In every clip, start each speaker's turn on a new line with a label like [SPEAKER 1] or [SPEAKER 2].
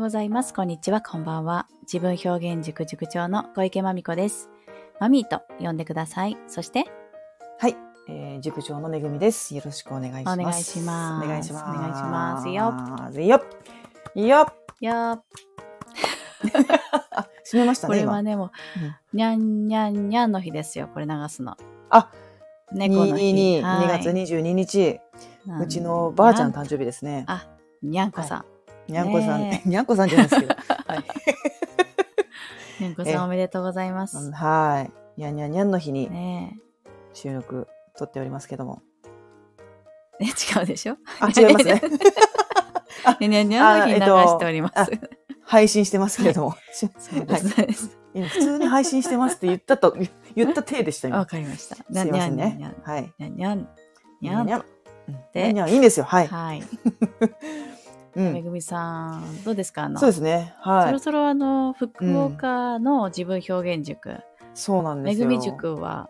[SPEAKER 1] ございます。こんにちは、こんばんは。自分表現塾塾長の小池まみこです。マミーと呼んでください。そして、
[SPEAKER 2] はい、えー、塾長のめぐみです。よろしくお願いします。
[SPEAKER 1] お願いします
[SPEAKER 2] お願いします。
[SPEAKER 1] お願いします
[SPEAKER 2] す。よっ。よっ。
[SPEAKER 1] やー、
[SPEAKER 2] あ、閉めました
[SPEAKER 1] こ
[SPEAKER 2] ね。
[SPEAKER 1] れ
[SPEAKER 2] 今
[SPEAKER 1] はね、もう、にゃんにゃんにゃんの日ですよ、これ流すの。
[SPEAKER 2] あ、
[SPEAKER 1] 猫の日。
[SPEAKER 2] 222、
[SPEAKER 1] はい
[SPEAKER 2] 2月22日、
[SPEAKER 1] なん
[SPEAKER 2] うちのばあちゃん誕生日ですね
[SPEAKER 1] あ。にゃんこさん。
[SPEAKER 2] にゃんこさん
[SPEAKER 1] ね、
[SPEAKER 2] にゃんこさんじゃないです けど。はい
[SPEAKER 1] にゃんこさんおめでとうございま
[SPEAKER 2] うん
[SPEAKER 1] す。
[SPEAKER 2] はい。にゃんにゃんにゃんの日に
[SPEAKER 1] ね
[SPEAKER 2] 収録撮っておりますけども。
[SPEAKER 1] え。え、 違うでしょ
[SPEAKER 2] あ、違いますね。
[SPEAKER 1] ねにゃんにゃんの日に流
[SPEAKER 2] あえっと
[SPEAKER 1] しております。
[SPEAKER 2] 配信してますけれども。
[SPEAKER 1] そうです、そう です。
[SPEAKER 2] 今普通に配信してますって言ったと、言った体でした、
[SPEAKER 1] わ
[SPEAKER 2] 今。
[SPEAKER 1] かりました。
[SPEAKER 2] すいません
[SPEAKER 1] にゃ
[SPEAKER 2] ね
[SPEAKER 1] ん。
[SPEAKER 2] はい。
[SPEAKER 1] にゃんにゃん。に
[SPEAKER 2] に
[SPEAKER 1] ゃん
[SPEAKER 2] ゃん
[SPEAKER 1] に
[SPEAKER 2] に
[SPEAKER 1] ゃん。
[SPEAKER 2] ゃん。
[SPEAKER 1] で
[SPEAKER 2] で、にゃんいいんですよ。はい。
[SPEAKER 1] はい。
[SPEAKER 2] う
[SPEAKER 1] め
[SPEAKER 2] ん。
[SPEAKER 1] ぐみさん、どうですかあの、
[SPEAKER 2] そうですね。は
[SPEAKER 1] そ
[SPEAKER 2] い
[SPEAKER 1] ろ。そろあの、福岡の自分表現塾、
[SPEAKER 2] そうなんで
[SPEAKER 1] め
[SPEAKER 2] す
[SPEAKER 1] ぐ
[SPEAKER 2] よ。
[SPEAKER 1] み塾は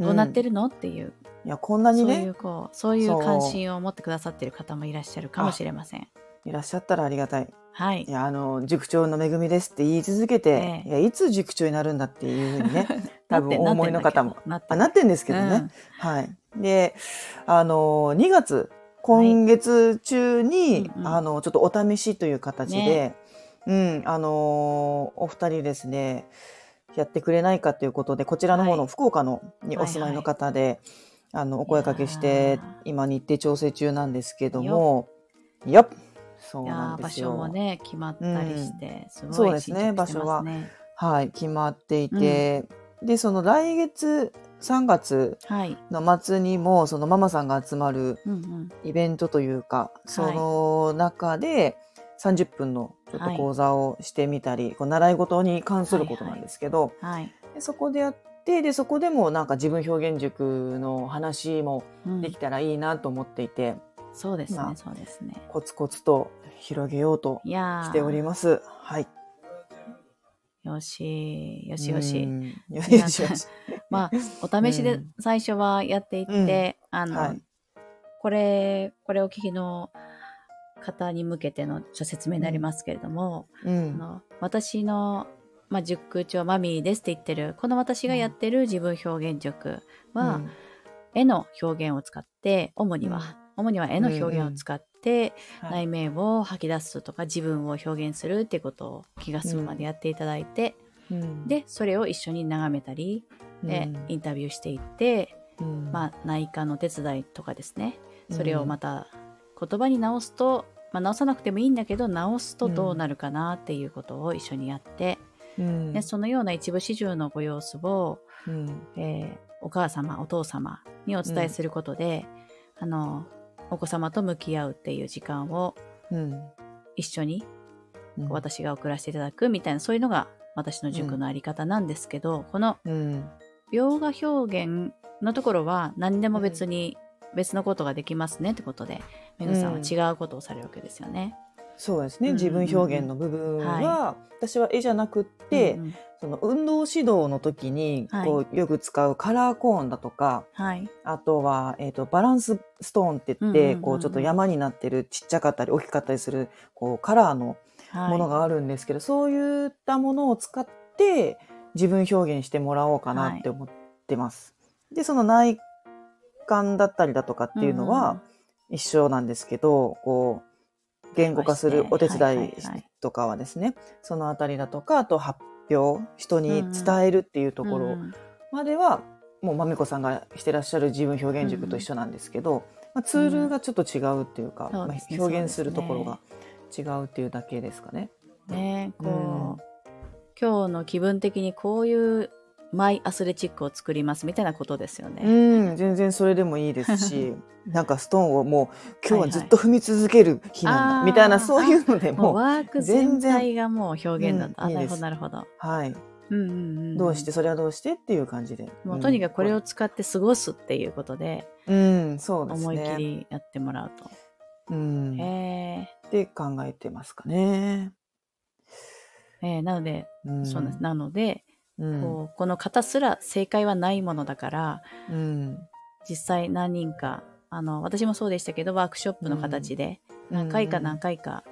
[SPEAKER 1] どうなって
[SPEAKER 2] る、
[SPEAKER 1] るの、っていう、
[SPEAKER 2] いや、こんなに
[SPEAKER 1] そういう
[SPEAKER 2] ね、
[SPEAKER 1] こう、そういう
[SPEAKER 2] そう
[SPEAKER 1] 関心を持ってくださってる方もいらっしゃるかもしれません。
[SPEAKER 2] いらっしゃったらありがたい。
[SPEAKER 1] はい
[SPEAKER 2] い。や、あの、塾長のめぐみですって言い続けて、
[SPEAKER 1] ええ
[SPEAKER 2] いや、いつ塾長になるんだっていうふうにね、
[SPEAKER 1] な
[SPEAKER 2] 多
[SPEAKER 1] って
[SPEAKER 2] 分お思いの方も。。
[SPEAKER 1] なって
[SPEAKER 2] あ
[SPEAKER 1] ん
[SPEAKER 2] な
[SPEAKER 1] だ
[SPEAKER 2] ってんです
[SPEAKER 1] け
[SPEAKER 2] け
[SPEAKER 1] ど
[SPEAKER 2] ど
[SPEAKER 1] なって
[SPEAKER 2] ね。
[SPEAKER 1] るうん
[SPEAKER 2] はい。で、あの、2月、今月中に、
[SPEAKER 1] うんうん
[SPEAKER 2] あの、ちょっとお試しという形で、
[SPEAKER 1] ね
[SPEAKER 2] うん、あの、お二人ですね、やってくれないかということで、こちらの方
[SPEAKER 1] は
[SPEAKER 2] の
[SPEAKER 1] い
[SPEAKER 2] 福岡のに
[SPEAKER 1] はい
[SPEAKER 2] お住まいの方で、あの、お声かけして
[SPEAKER 1] いやー、
[SPEAKER 2] 今日程調整中なんですけども、やっそう
[SPEAKER 1] いや
[SPEAKER 2] なん
[SPEAKER 1] ー
[SPEAKER 2] で
[SPEAKER 1] 場
[SPEAKER 2] すよ。
[SPEAKER 1] 所もね決まったりして、すごい
[SPEAKER 2] そうですね
[SPEAKER 1] 進捗してますね
[SPEAKER 2] はい、決まっていて、で、その来月、3月
[SPEAKER 1] はい、
[SPEAKER 2] の末にも、そのママさんが集まる
[SPEAKER 1] うんうん、
[SPEAKER 2] イベントというか、その中で30分のちょっと講座をしてみたり、こう習い事に関することなんですけど、
[SPEAKER 1] はい、
[SPEAKER 2] でそこでやってでそこでもなんか自分表現塾の話も
[SPEAKER 1] うん
[SPEAKER 2] できたらいいなと思っていて、
[SPEAKER 1] そうですね
[SPEAKER 2] まあ
[SPEAKER 1] そうですね
[SPEAKER 2] コツコツと広げようと
[SPEAKER 1] いやー
[SPEAKER 2] しております。はい。
[SPEAKER 1] よしよしよ
[SPEAKER 2] う
[SPEAKER 1] し
[SPEAKER 2] んよしよしよし。
[SPEAKER 1] まあお試し
[SPEAKER 2] う
[SPEAKER 1] で
[SPEAKER 2] ん
[SPEAKER 1] 最初はやっていって、あの、
[SPEAKER 2] はい
[SPEAKER 1] これこれお聞きの方に向けてのちょっと説明になりますけれども、
[SPEAKER 2] う
[SPEAKER 1] あ
[SPEAKER 2] ん。
[SPEAKER 1] の私の、まあ、塾長マミーですって言ってるこの私がやってる自分表現塾は、
[SPEAKER 2] うん
[SPEAKER 1] 絵の表現を使って主には、主には絵の表現を使って、
[SPEAKER 2] うんうんは
[SPEAKER 1] 内面を吐き出すとか自分を表現するっていうことを気が済むまでやっていただいて、
[SPEAKER 2] うん、
[SPEAKER 1] でそれを一緒に眺めたり、でインタビューしていって、
[SPEAKER 2] うん、
[SPEAKER 1] まあ、内科の手伝いとかですねそれをま
[SPEAKER 2] た、
[SPEAKER 1] た言葉に直すと、まあ、直さなくてもいいんだけど直すとどうなるかなっていうことを一緒にやって、
[SPEAKER 2] うん
[SPEAKER 1] でそのような一部始終のご様子を
[SPEAKER 2] うん
[SPEAKER 1] えーお母様お父様にお伝えすることで、あのお子様と向き合うっていう時間を
[SPEAKER 2] うん
[SPEAKER 1] 一緒に
[SPEAKER 2] うん、
[SPEAKER 1] 私が送らせていただくみたいなそういうのが私の塾のあり方なんですけど、この
[SPEAKER 2] うん、
[SPEAKER 1] 描画表現のところは何でも別に別のことができますねってことで、めぐさんは違うことをされるわけですよね。
[SPEAKER 2] そうですね、
[SPEAKER 1] うんうんうん
[SPEAKER 2] 自分表現の部分は、
[SPEAKER 1] は
[SPEAKER 2] 私は絵じゃなくって、
[SPEAKER 1] うんうん
[SPEAKER 2] その運動指導の時に
[SPEAKER 1] はい
[SPEAKER 2] こうよく使うカラーコーンだとか、
[SPEAKER 1] はい、
[SPEAKER 2] あとは、えー、とバランスストーンって言っ
[SPEAKER 1] うんうん
[SPEAKER 2] て、
[SPEAKER 1] うんうん
[SPEAKER 2] こうちょっと山になってるちっちゃかったり大きかったりするこうカラーの
[SPEAKER 1] はい、
[SPEAKER 2] ものがあるんですけど、そういったものを使って自分表現してもらおうかなって思ってます。でその内観だったりだとかっていうの
[SPEAKER 1] うん
[SPEAKER 2] は一緒なんですけど、こう言語化するお手
[SPEAKER 1] はいはい
[SPEAKER 2] 伝い
[SPEAKER 1] はい
[SPEAKER 2] とかはですね、そのあたりだとかあと発表人に伝えるっていうとこ
[SPEAKER 1] うんう
[SPEAKER 2] ろ
[SPEAKER 1] ん
[SPEAKER 2] までは、もうまみこさんがしてらっしゃる自分表現塾と一緒なんですけど、まあ、ツールがちょっと違うっていうか、
[SPEAKER 1] うんそう
[SPEAKER 2] ま
[SPEAKER 1] で
[SPEAKER 2] あ
[SPEAKER 1] すね
[SPEAKER 2] 表現するところ
[SPEAKER 1] そ
[SPEAKER 2] が違うっていうだけですかね。
[SPEAKER 1] ねこう、今日の気分的にこういうマイアスレチックを作りますみたいなことですよ
[SPEAKER 2] う
[SPEAKER 1] ね。
[SPEAKER 2] ん、全然それでもいいですしなんかストーンをもう今日はずっと踏み続ける日なんだ、
[SPEAKER 1] はいはい
[SPEAKER 2] みたいなそういうので
[SPEAKER 1] もう
[SPEAKER 2] も
[SPEAKER 1] ワーク全体がもう表現だった。
[SPEAKER 2] 全然うん
[SPEAKER 1] あないるほ
[SPEAKER 2] いで
[SPEAKER 1] ど
[SPEAKER 2] す
[SPEAKER 1] なるほど。
[SPEAKER 2] はい、
[SPEAKER 1] うんうんうん、
[SPEAKER 2] どうしてそれはどうしてっていう感じで
[SPEAKER 1] もうとにかくこれ
[SPEAKER 2] を
[SPEAKER 1] を使って過ごすっていうことで
[SPEAKER 2] うんそうですね
[SPEAKER 1] 思い切りやってもらうと。
[SPEAKER 2] うん、っ
[SPEAKER 1] へ
[SPEAKER 2] て考えてますかね。
[SPEAKER 1] ええーなので、
[SPEAKER 2] うん、
[SPEAKER 1] そうなんです。なので、
[SPEAKER 2] うん、
[SPEAKER 1] こうこの方すら正解はないものだから、
[SPEAKER 2] うん、
[SPEAKER 1] 実際何人か、あの、私もそうでしたけど、ワークショップの形で、何回か何
[SPEAKER 2] か、
[SPEAKER 1] 回か、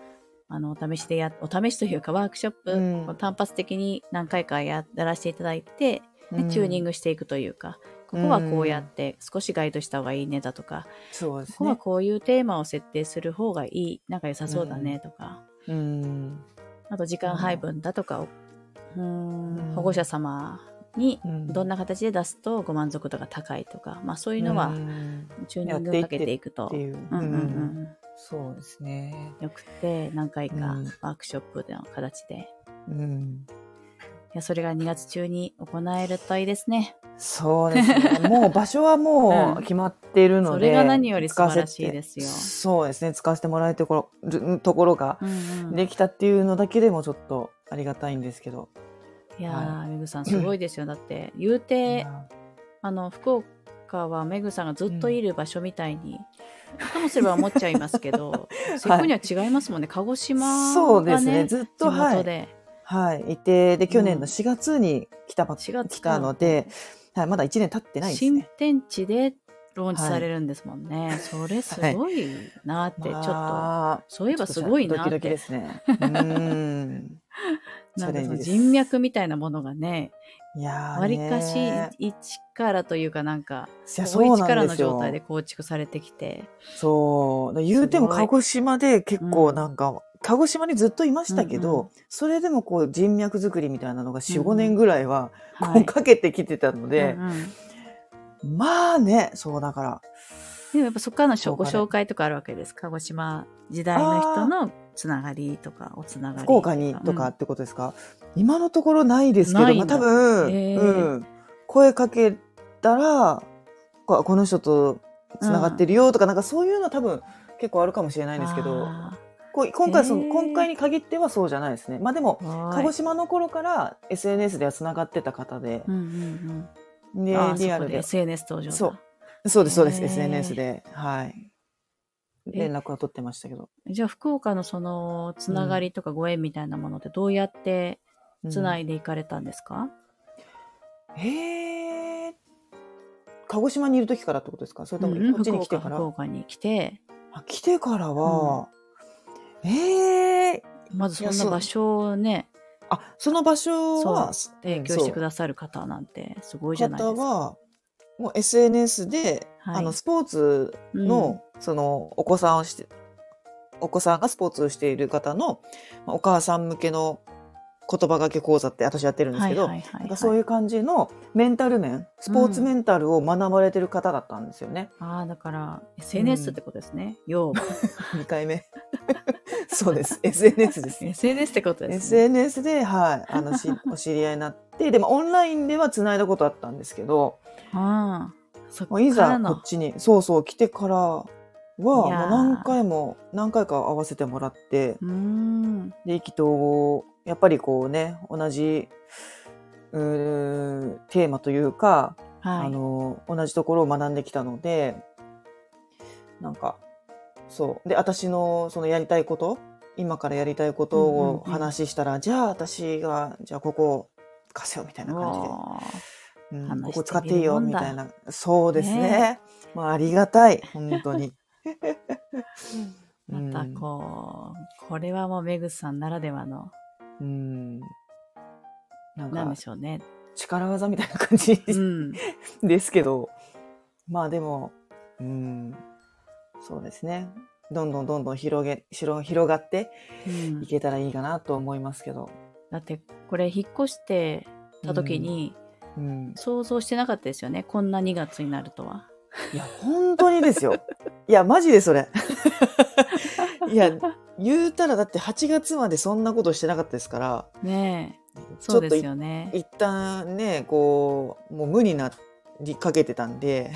[SPEAKER 1] あの、お試しでや、お試しというかワークショップ、
[SPEAKER 2] うん
[SPEAKER 1] こう単発的に何回かややらせていただいて、でチューニン
[SPEAKER 2] グ。
[SPEAKER 1] グしていくというか、ここはこうやって少しガイドした方がいいねだとか、
[SPEAKER 2] そうで
[SPEAKER 1] こ
[SPEAKER 2] す
[SPEAKER 1] こは
[SPEAKER 2] ね。
[SPEAKER 1] こういうテーマを設定する方がいい、なんか良さそうだねとか、
[SPEAKER 2] うん。
[SPEAKER 1] あと時間配分だとかを、うーん
[SPEAKER 2] うん
[SPEAKER 1] 保護者様に
[SPEAKER 2] うん
[SPEAKER 1] どんな形で出すとご満足度が高いとか、まあそう
[SPEAKER 2] と
[SPEAKER 1] いうのは
[SPEAKER 2] っ
[SPEAKER 1] チューニングかけていくと
[SPEAKER 2] て、いう。
[SPEAKER 1] うんうんう
[SPEAKER 2] うん
[SPEAKER 1] ん、
[SPEAKER 2] そうですね。
[SPEAKER 1] よくて何回か
[SPEAKER 2] うん
[SPEAKER 1] ワークショップの形で、い
[SPEAKER 2] うん。
[SPEAKER 1] やそれが2月中に行えるといいですね。
[SPEAKER 2] そうです ね。もう場所はも
[SPEAKER 1] う
[SPEAKER 2] うん決まっているので。
[SPEAKER 1] それが何より素晴らし
[SPEAKER 2] 使
[SPEAKER 1] い
[SPEAKER 2] わせて
[SPEAKER 1] ですよ
[SPEAKER 2] そうですね。使わせてもらえるところるところが
[SPEAKER 1] うんうん
[SPEAKER 2] できたっていうのだけでもちょっとありがたいんですけど。
[SPEAKER 1] いやー、メグさんすごいですよ。だって、言うて、あの、福岡はメグさんがずっといる場所みたいに、ともすれば思っちゃいますけ ど、そこには違いますもんね。鹿児島が、ね、
[SPEAKER 2] そうですね。ずっ
[SPEAKER 1] 地
[SPEAKER 2] と、はい
[SPEAKER 1] 元。で。
[SPEAKER 2] はい、いて、で、去年
[SPEAKER 1] うん
[SPEAKER 2] の4月に来たばっ、
[SPEAKER 1] 4月か
[SPEAKER 2] 来たので、はい、まだ1年経ってないです
[SPEAKER 1] 新
[SPEAKER 2] ね。
[SPEAKER 1] 天地でローンチされるんですもんね。それすごいなーって、ちょっと、
[SPEAKER 2] まあ
[SPEAKER 1] そういえばすごいな
[SPEAKER 2] ちょっと
[SPEAKER 1] ー
[SPEAKER 2] ド
[SPEAKER 1] っ
[SPEAKER 2] キ
[SPEAKER 1] て
[SPEAKER 2] ドキで。すね。うーん。
[SPEAKER 1] なんかその
[SPEAKER 2] です
[SPEAKER 1] 人脈みたいなものがね、
[SPEAKER 2] いやー
[SPEAKER 1] わりかし
[SPEAKER 2] ね
[SPEAKER 1] 一からというかなんか、
[SPEAKER 2] いや
[SPEAKER 1] すごい
[SPEAKER 2] そうなん
[SPEAKER 1] 力
[SPEAKER 2] で
[SPEAKER 1] の
[SPEAKER 2] すよ
[SPEAKER 1] 状態で構築されてきて。
[SPEAKER 2] そう。だ言うて
[SPEAKER 1] す
[SPEAKER 2] も
[SPEAKER 1] ごい
[SPEAKER 2] 鹿児島で結
[SPEAKER 1] う
[SPEAKER 2] 構
[SPEAKER 1] ん
[SPEAKER 2] なんか、鹿児島にずっといましたけど、
[SPEAKER 1] うんう
[SPEAKER 2] それでもこう人脈作りみたいなのが4、
[SPEAKER 1] うんうん
[SPEAKER 2] 5年ぐらいは、こうかけてきてたので、
[SPEAKER 1] うんうん
[SPEAKER 2] まあね、そうだから、
[SPEAKER 1] でもやっぱそこからのしょ
[SPEAKER 2] そう
[SPEAKER 1] ご
[SPEAKER 2] かね
[SPEAKER 1] 紹介とかあるわけです。鹿児島時代の人のつながりとか、おつながりとか。
[SPEAKER 2] 福岡にとかってことですか、今のところないですけ
[SPEAKER 1] な
[SPEAKER 2] ど、
[SPEAKER 1] いん
[SPEAKER 2] ま
[SPEAKER 1] だ
[SPEAKER 2] あ、多分、
[SPEAKER 1] へー
[SPEAKER 2] うん、声かけたらここの人とつながってるよとか、なんかそういうの多分結構あるかもしれな
[SPEAKER 1] ない
[SPEAKER 2] んですけどこう今回その
[SPEAKER 1] へー
[SPEAKER 2] 今回に限ってはそうじゃないですねまあでも鹿児島の頃から SNS ではつながってた方で
[SPEAKER 1] う、んうん
[SPEAKER 2] で
[SPEAKER 1] うん。あー
[SPEAKER 2] リア
[SPEAKER 1] そこ
[SPEAKER 2] ル
[SPEAKER 1] で
[SPEAKER 2] で
[SPEAKER 1] SNS 登場だ
[SPEAKER 2] そうそうですそうです、
[SPEAKER 1] へー
[SPEAKER 2] SNS ではい
[SPEAKER 1] え
[SPEAKER 2] 連絡は取ってましたけど
[SPEAKER 1] じゃあ福岡のそのつながりとかご縁みたいなものってどうやってつな
[SPEAKER 2] うん
[SPEAKER 1] いでいかれたんですか、
[SPEAKER 2] へー鹿児島にいる時からってことですかそれとも
[SPEAKER 1] うん
[SPEAKER 2] こっちに来
[SPEAKER 1] 福
[SPEAKER 2] て
[SPEAKER 1] 岡
[SPEAKER 2] から、
[SPEAKER 1] 福岡に来て、
[SPEAKER 2] あ来てからは、ええ
[SPEAKER 1] まずそん
[SPEAKER 2] いや
[SPEAKER 1] な
[SPEAKER 2] そう
[SPEAKER 1] 場所をね、
[SPEAKER 2] あその場所は
[SPEAKER 1] 提供してく
[SPEAKER 2] さ
[SPEAKER 1] ださる方なんてすごい
[SPEAKER 2] い
[SPEAKER 1] じゃないです
[SPEAKER 2] 方
[SPEAKER 1] か。
[SPEAKER 2] はもう SNS で、
[SPEAKER 1] はい
[SPEAKER 2] あのスポーツの,、そのお子さんをしてお子さんがスポーツをしている方のまあお母さん向けの言葉がけ講座って私やってるんですけ
[SPEAKER 1] い
[SPEAKER 2] ど、
[SPEAKER 1] は
[SPEAKER 2] なんかそういう感じのメンタル面スポーツメンタルを学ばれてる方だったんですよね、
[SPEAKER 1] ああ、だから、SNS ってことです ね。要は。
[SPEAKER 2] 2回目 そうです SNS ですね
[SPEAKER 1] SNS ってことですね。
[SPEAKER 2] SNS で、はい、あのし お知り合いになってでもオンラインではつないだことあったんですけど
[SPEAKER 1] ああ、そっ
[SPEAKER 2] もうい
[SPEAKER 1] から
[SPEAKER 2] ざこ
[SPEAKER 1] の
[SPEAKER 2] っ。ちにそうそう来てからはもう
[SPEAKER 1] いやー
[SPEAKER 2] 何回も何回か会わせてもらって
[SPEAKER 1] うーん。
[SPEAKER 2] で意気投合やっぱりこうね同じうーテーマというか、
[SPEAKER 1] は
[SPEAKER 2] あ
[SPEAKER 1] い。
[SPEAKER 2] の同じところを学んできたのでなんかそうで私のそのやりたいこと今からやりたいことを
[SPEAKER 1] うんうんうん
[SPEAKER 2] 話したら、じゃあ私がじゃあここを貸せよみたいな感
[SPEAKER 1] おー
[SPEAKER 2] じで、うん
[SPEAKER 1] 話
[SPEAKER 2] ここ
[SPEAKER 1] して
[SPEAKER 2] 使っ
[SPEAKER 1] み
[SPEAKER 2] ていい
[SPEAKER 1] るも
[SPEAKER 2] よ
[SPEAKER 1] ん
[SPEAKER 2] み
[SPEAKER 1] だ
[SPEAKER 2] たいなそうですね
[SPEAKER 1] ね
[SPEAKER 2] まあありがたい本当 に
[SPEAKER 1] またこう、これはもうメグさんならではの、
[SPEAKER 2] うん、うんなん
[SPEAKER 1] なん
[SPEAKER 2] か
[SPEAKER 1] でしょうね。
[SPEAKER 2] 力技みたいな感じ
[SPEAKER 1] うん。
[SPEAKER 2] ですけど、まあでも、うん、そうですね。どんどんどんどん広げ、広広がって
[SPEAKER 1] うん
[SPEAKER 2] いけたらいいかなと思いますけど。
[SPEAKER 1] だって、これ引っ越してた時に、
[SPEAKER 2] うん。
[SPEAKER 1] 想像してなかったですよね。こんな2月になるとは。
[SPEAKER 2] いや、本当にで すよ。いや、マジでそれ。 いや、言うたらだって8月までそんなことしてなかったですから、
[SPEAKER 1] ねえ。そうで
[SPEAKER 2] ちょ
[SPEAKER 1] す
[SPEAKER 2] っ
[SPEAKER 1] よね
[SPEAKER 2] と。一旦ね、こう、もう無になりかけてたんで、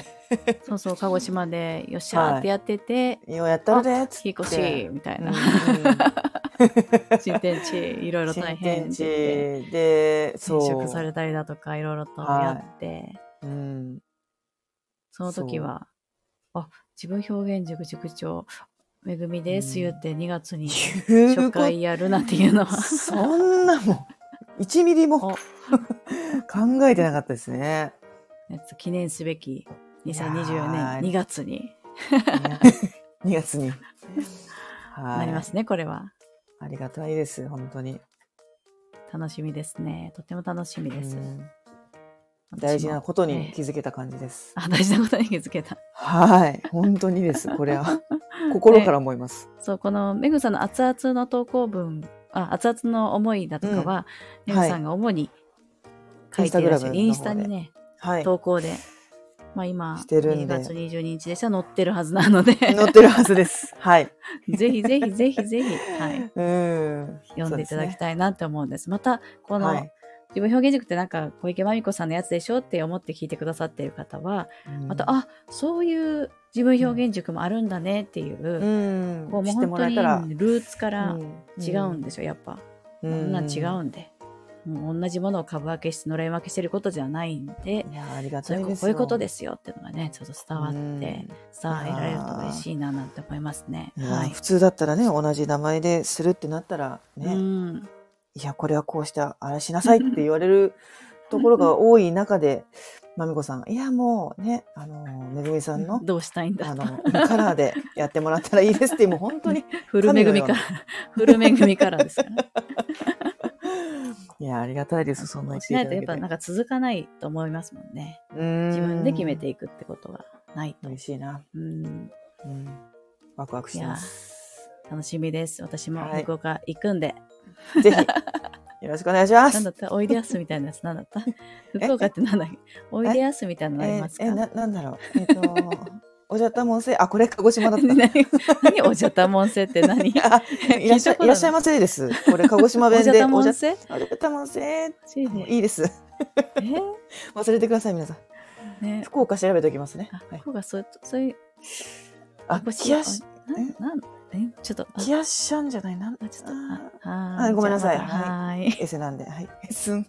[SPEAKER 1] そうそう、鹿児島で、よっしゃーってやってて、
[SPEAKER 2] ようやったるでっつって。
[SPEAKER 1] 引っ越し、みたいな。
[SPEAKER 2] うんうん
[SPEAKER 1] 新天地いろいろ大変
[SPEAKER 2] 新
[SPEAKER 1] で
[SPEAKER 2] 天地で、そう。
[SPEAKER 1] 転職されたりだとかいろいろとやって、
[SPEAKER 2] うん。
[SPEAKER 1] その時はあ自分表現塾塾長めぐみです、
[SPEAKER 2] うん
[SPEAKER 1] 言うて2月に
[SPEAKER 2] 言う
[SPEAKER 1] 初
[SPEAKER 2] こ
[SPEAKER 1] 回やるなんていうのは
[SPEAKER 2] と、そんなもん、1ミリも
[SPEAKER 1] お
[SPEAKER 2] 考えてなかったで すね。
[SPEAKER 1] やつ記念すべき
[SPEAKER 2] いや
[SPEAKER 1] 2024
[SPEAKER 2] ー
[SPEAKER 1] 年2月に
[SPEAKER 2] 2月に。は
[SPEAKER 1] なりますねこれは
[SPEAKER 2] ありがたいです、本当に。
[SPEAKER 1] 楽しみですね。とても楽しみです
[SPEAKER 2] う。ん大事なこと
[SPEAKER 1] 私も
[SPEAKER 2] に
[SPEAKER 1] ええ
[SPEAKER 2] 気づけた感じです。
[SPEAKER 1] あ大事なことに気づけた。
[SPEAKER 2] はい。本当にです。これ は。心から思います。
[SPEAKER 1] そう、このメグさんの熱々の投稿文、あ熱々の思いだとかは、
[SPEAKER 2] うん
[SPEAKER 1] メグさんが主に書いていらっしゃる。イ
[SPEAKER 2] イ
[SPEAKER 1] ン
[SPEAKER 2] ン
[SPEAKER 1] ス
[SPEAKER 2] ス
[SPEAKER 1] タ
[SPEAKER 2] タグラムの方で
[SPEAKER 1] にね、
[SPEAKER 2] はい。
[SPEAKER 1] 投稿で。まあ今、
[SPEAKER 2] してるんで
[SPEAKER 1] 2月22日でしたら載ってるはずなの で、
[SPEAKER 2] 載ってるはずです。はい。
[SPEAKER 1] ぜひぜひぜひぜひ、 はい、
[SPEAKER 2] うん。
[SPEAKER 1] 読んでいただき
[SPEAKER 2] た
[SPEAKER 1] たいなって思うんです。また、この、
[SPEAKER 2] はい。
[SPEAKER 1] 自分表現塾ってなんか小池真美子さんのやつでしょって思って聞いてくださっている方は、また、あ、そういう自分表現塾もあるんだねっていうう、
[SPEAKER 2] ん、
[SPEAKER 1] こうもう
[SPEAKER 2] して
[SPEAKER 1] 本
[SPEAKER 2] も
[SPEAKER 1] 当
[SPEAKER 2] らえ
[SPEAKER 1] に
[SPEAKER 2] たら、
[SPEAKER 1] ルーツから違うん
[SPEAKER 2] で、
[SPEAKER 1] ですよ、やっぱ。こ
[SPEAKER 2] う
[SPEAKER 1] んなん違
[SPEAKER 2] ん
[SPEAKER 1] うんで。もう同じものを株分けして、のれん分けしてることじゃないんで、
[SPEAKER 2] いや、ありが
[SPEAKER 1] そ
[SPEAKER 2] た
[SPEAKER 1] うい
[SPEAKER 2] いう
[SPEAKER 1] こ
[SPEAKER 2] です。
[SPEAKER 1] こういうことですよっていうのがね、ちょっと伝わって、伝えられると嬉しいななんて思いますね。
[SPEAKER 2] うん。いや
[SPEAKER 1] はい
[SPEAKER 2] 普。通だったらね、同じ名前でするってなったら、ね、
[SPEAKER 1] うん
[SPEAKER 2] いや、これはこうして、あれしなさいって言われるところが多い中で、まみこさん、いや、もうね、あの、めぐみさんの、
[SPEAKER 1] どうしたいんだ
[SPEAKER 2] あ
[SPEAKER 1] と。
[SPEAKER 2] の、カラーでやってもらったらいいで すって、もう本当に。
[SPEAKER 1] 古めぐみから、古めぐみからですから。
[SPEAKER 2] いや、ありがたいです、そんな
[SPEAKER 1] そ
[SPEAKER 2] 言
[SPEAKER 1] う
[SPEAKER 2] っ
[SPEAKER 1] してないと
[SPEAKER 2] いただ
[SPEAKER 1] やっ
[SPEAKER 2] けて
[SPEAKER 1] ぱなんか続かないと思いますもんね。自
[SPEAKER 2] 自
[SPEAKER 1] 分で決めて
[SPEAKER 2] い
[SPEAKER 1] いくってことはないと。
[SPEAKER 2] 嬉しいな。
[SPEAKER 1] うん、
[SPEAKER 2] うん。ワクワクしてます。
[SPEAKER 1] 楽しみです。私も
[SPEAKER 2] はい
[SPEAKER 1] 福岡行くんで。
[SPEAKER 2] ぜひ、よろしくお願いしま
[SPEAKER 1] なん
[SPEAKER 2] す
[SPEAKER 1] だ。ったおいでやすみたいなやつ、なんだった 福岡ってなんだっけおいでやすみたいなのあり
[SPEAKER 2] え
[SPEAKER 1] ますか、
[SPEAKER 2] え、な、なんだろう。えっと、 おじゃったもんせ、 あ、これ鹿児島だっ
[SPEAKER 1] 何おじゃたもんせって何
[SPEAKER 2] た。あいらっしゃい、いらっしゃい
[SPEAKER 1] ま
[SPEAKER 2] ませです。これ鹿児 島
[SPEAKER 1] お
[SPEAKER 2] 弁
[SPEAKER 1] じゃ
[SPEAKER 2] で、
[SPEAKER 1] た
[SPEAKER 2] お
[SPEAKER 1] も
[SPEAKER 2] じ
[SPEAKER 1] ん
[SPEAKER 2] ゃ、
[SPEAKER 1] せ
[SPEAKER 2] おじゃったもんせ。
[SPEAKER 1] ちいね
[SPEAKER 2] いいです。
[SPEAKER 1] え
[SPEAKER 2] 忘れてください、皆さん。
[SPEAKER 1] ね
[SPEAKER 2] 福岡調べておきますね
[SPEAKER 1] あ。
[SPEAKER 2] はい。
[SPEAKER 1] 福岡そうそういう
[SPEAKER 2] あ、
[SPEAKER 1] こっち
[SPEAKER 2] 冷やし、
[SPEAKER 1] なんなんえちょっとあ
[SPEAKER 2] 冷やしちゃんじゃない、なん、
[SPEAKER 1] あちょっと
[SPEAKER 2] あ
[SPEAKER 1] あはー
[SPEAKER 2] はいごめんなさい
[SPEAKER 1] じゃあまたはーい
[SPEAKER 2] ーエセなんで、はい。すん。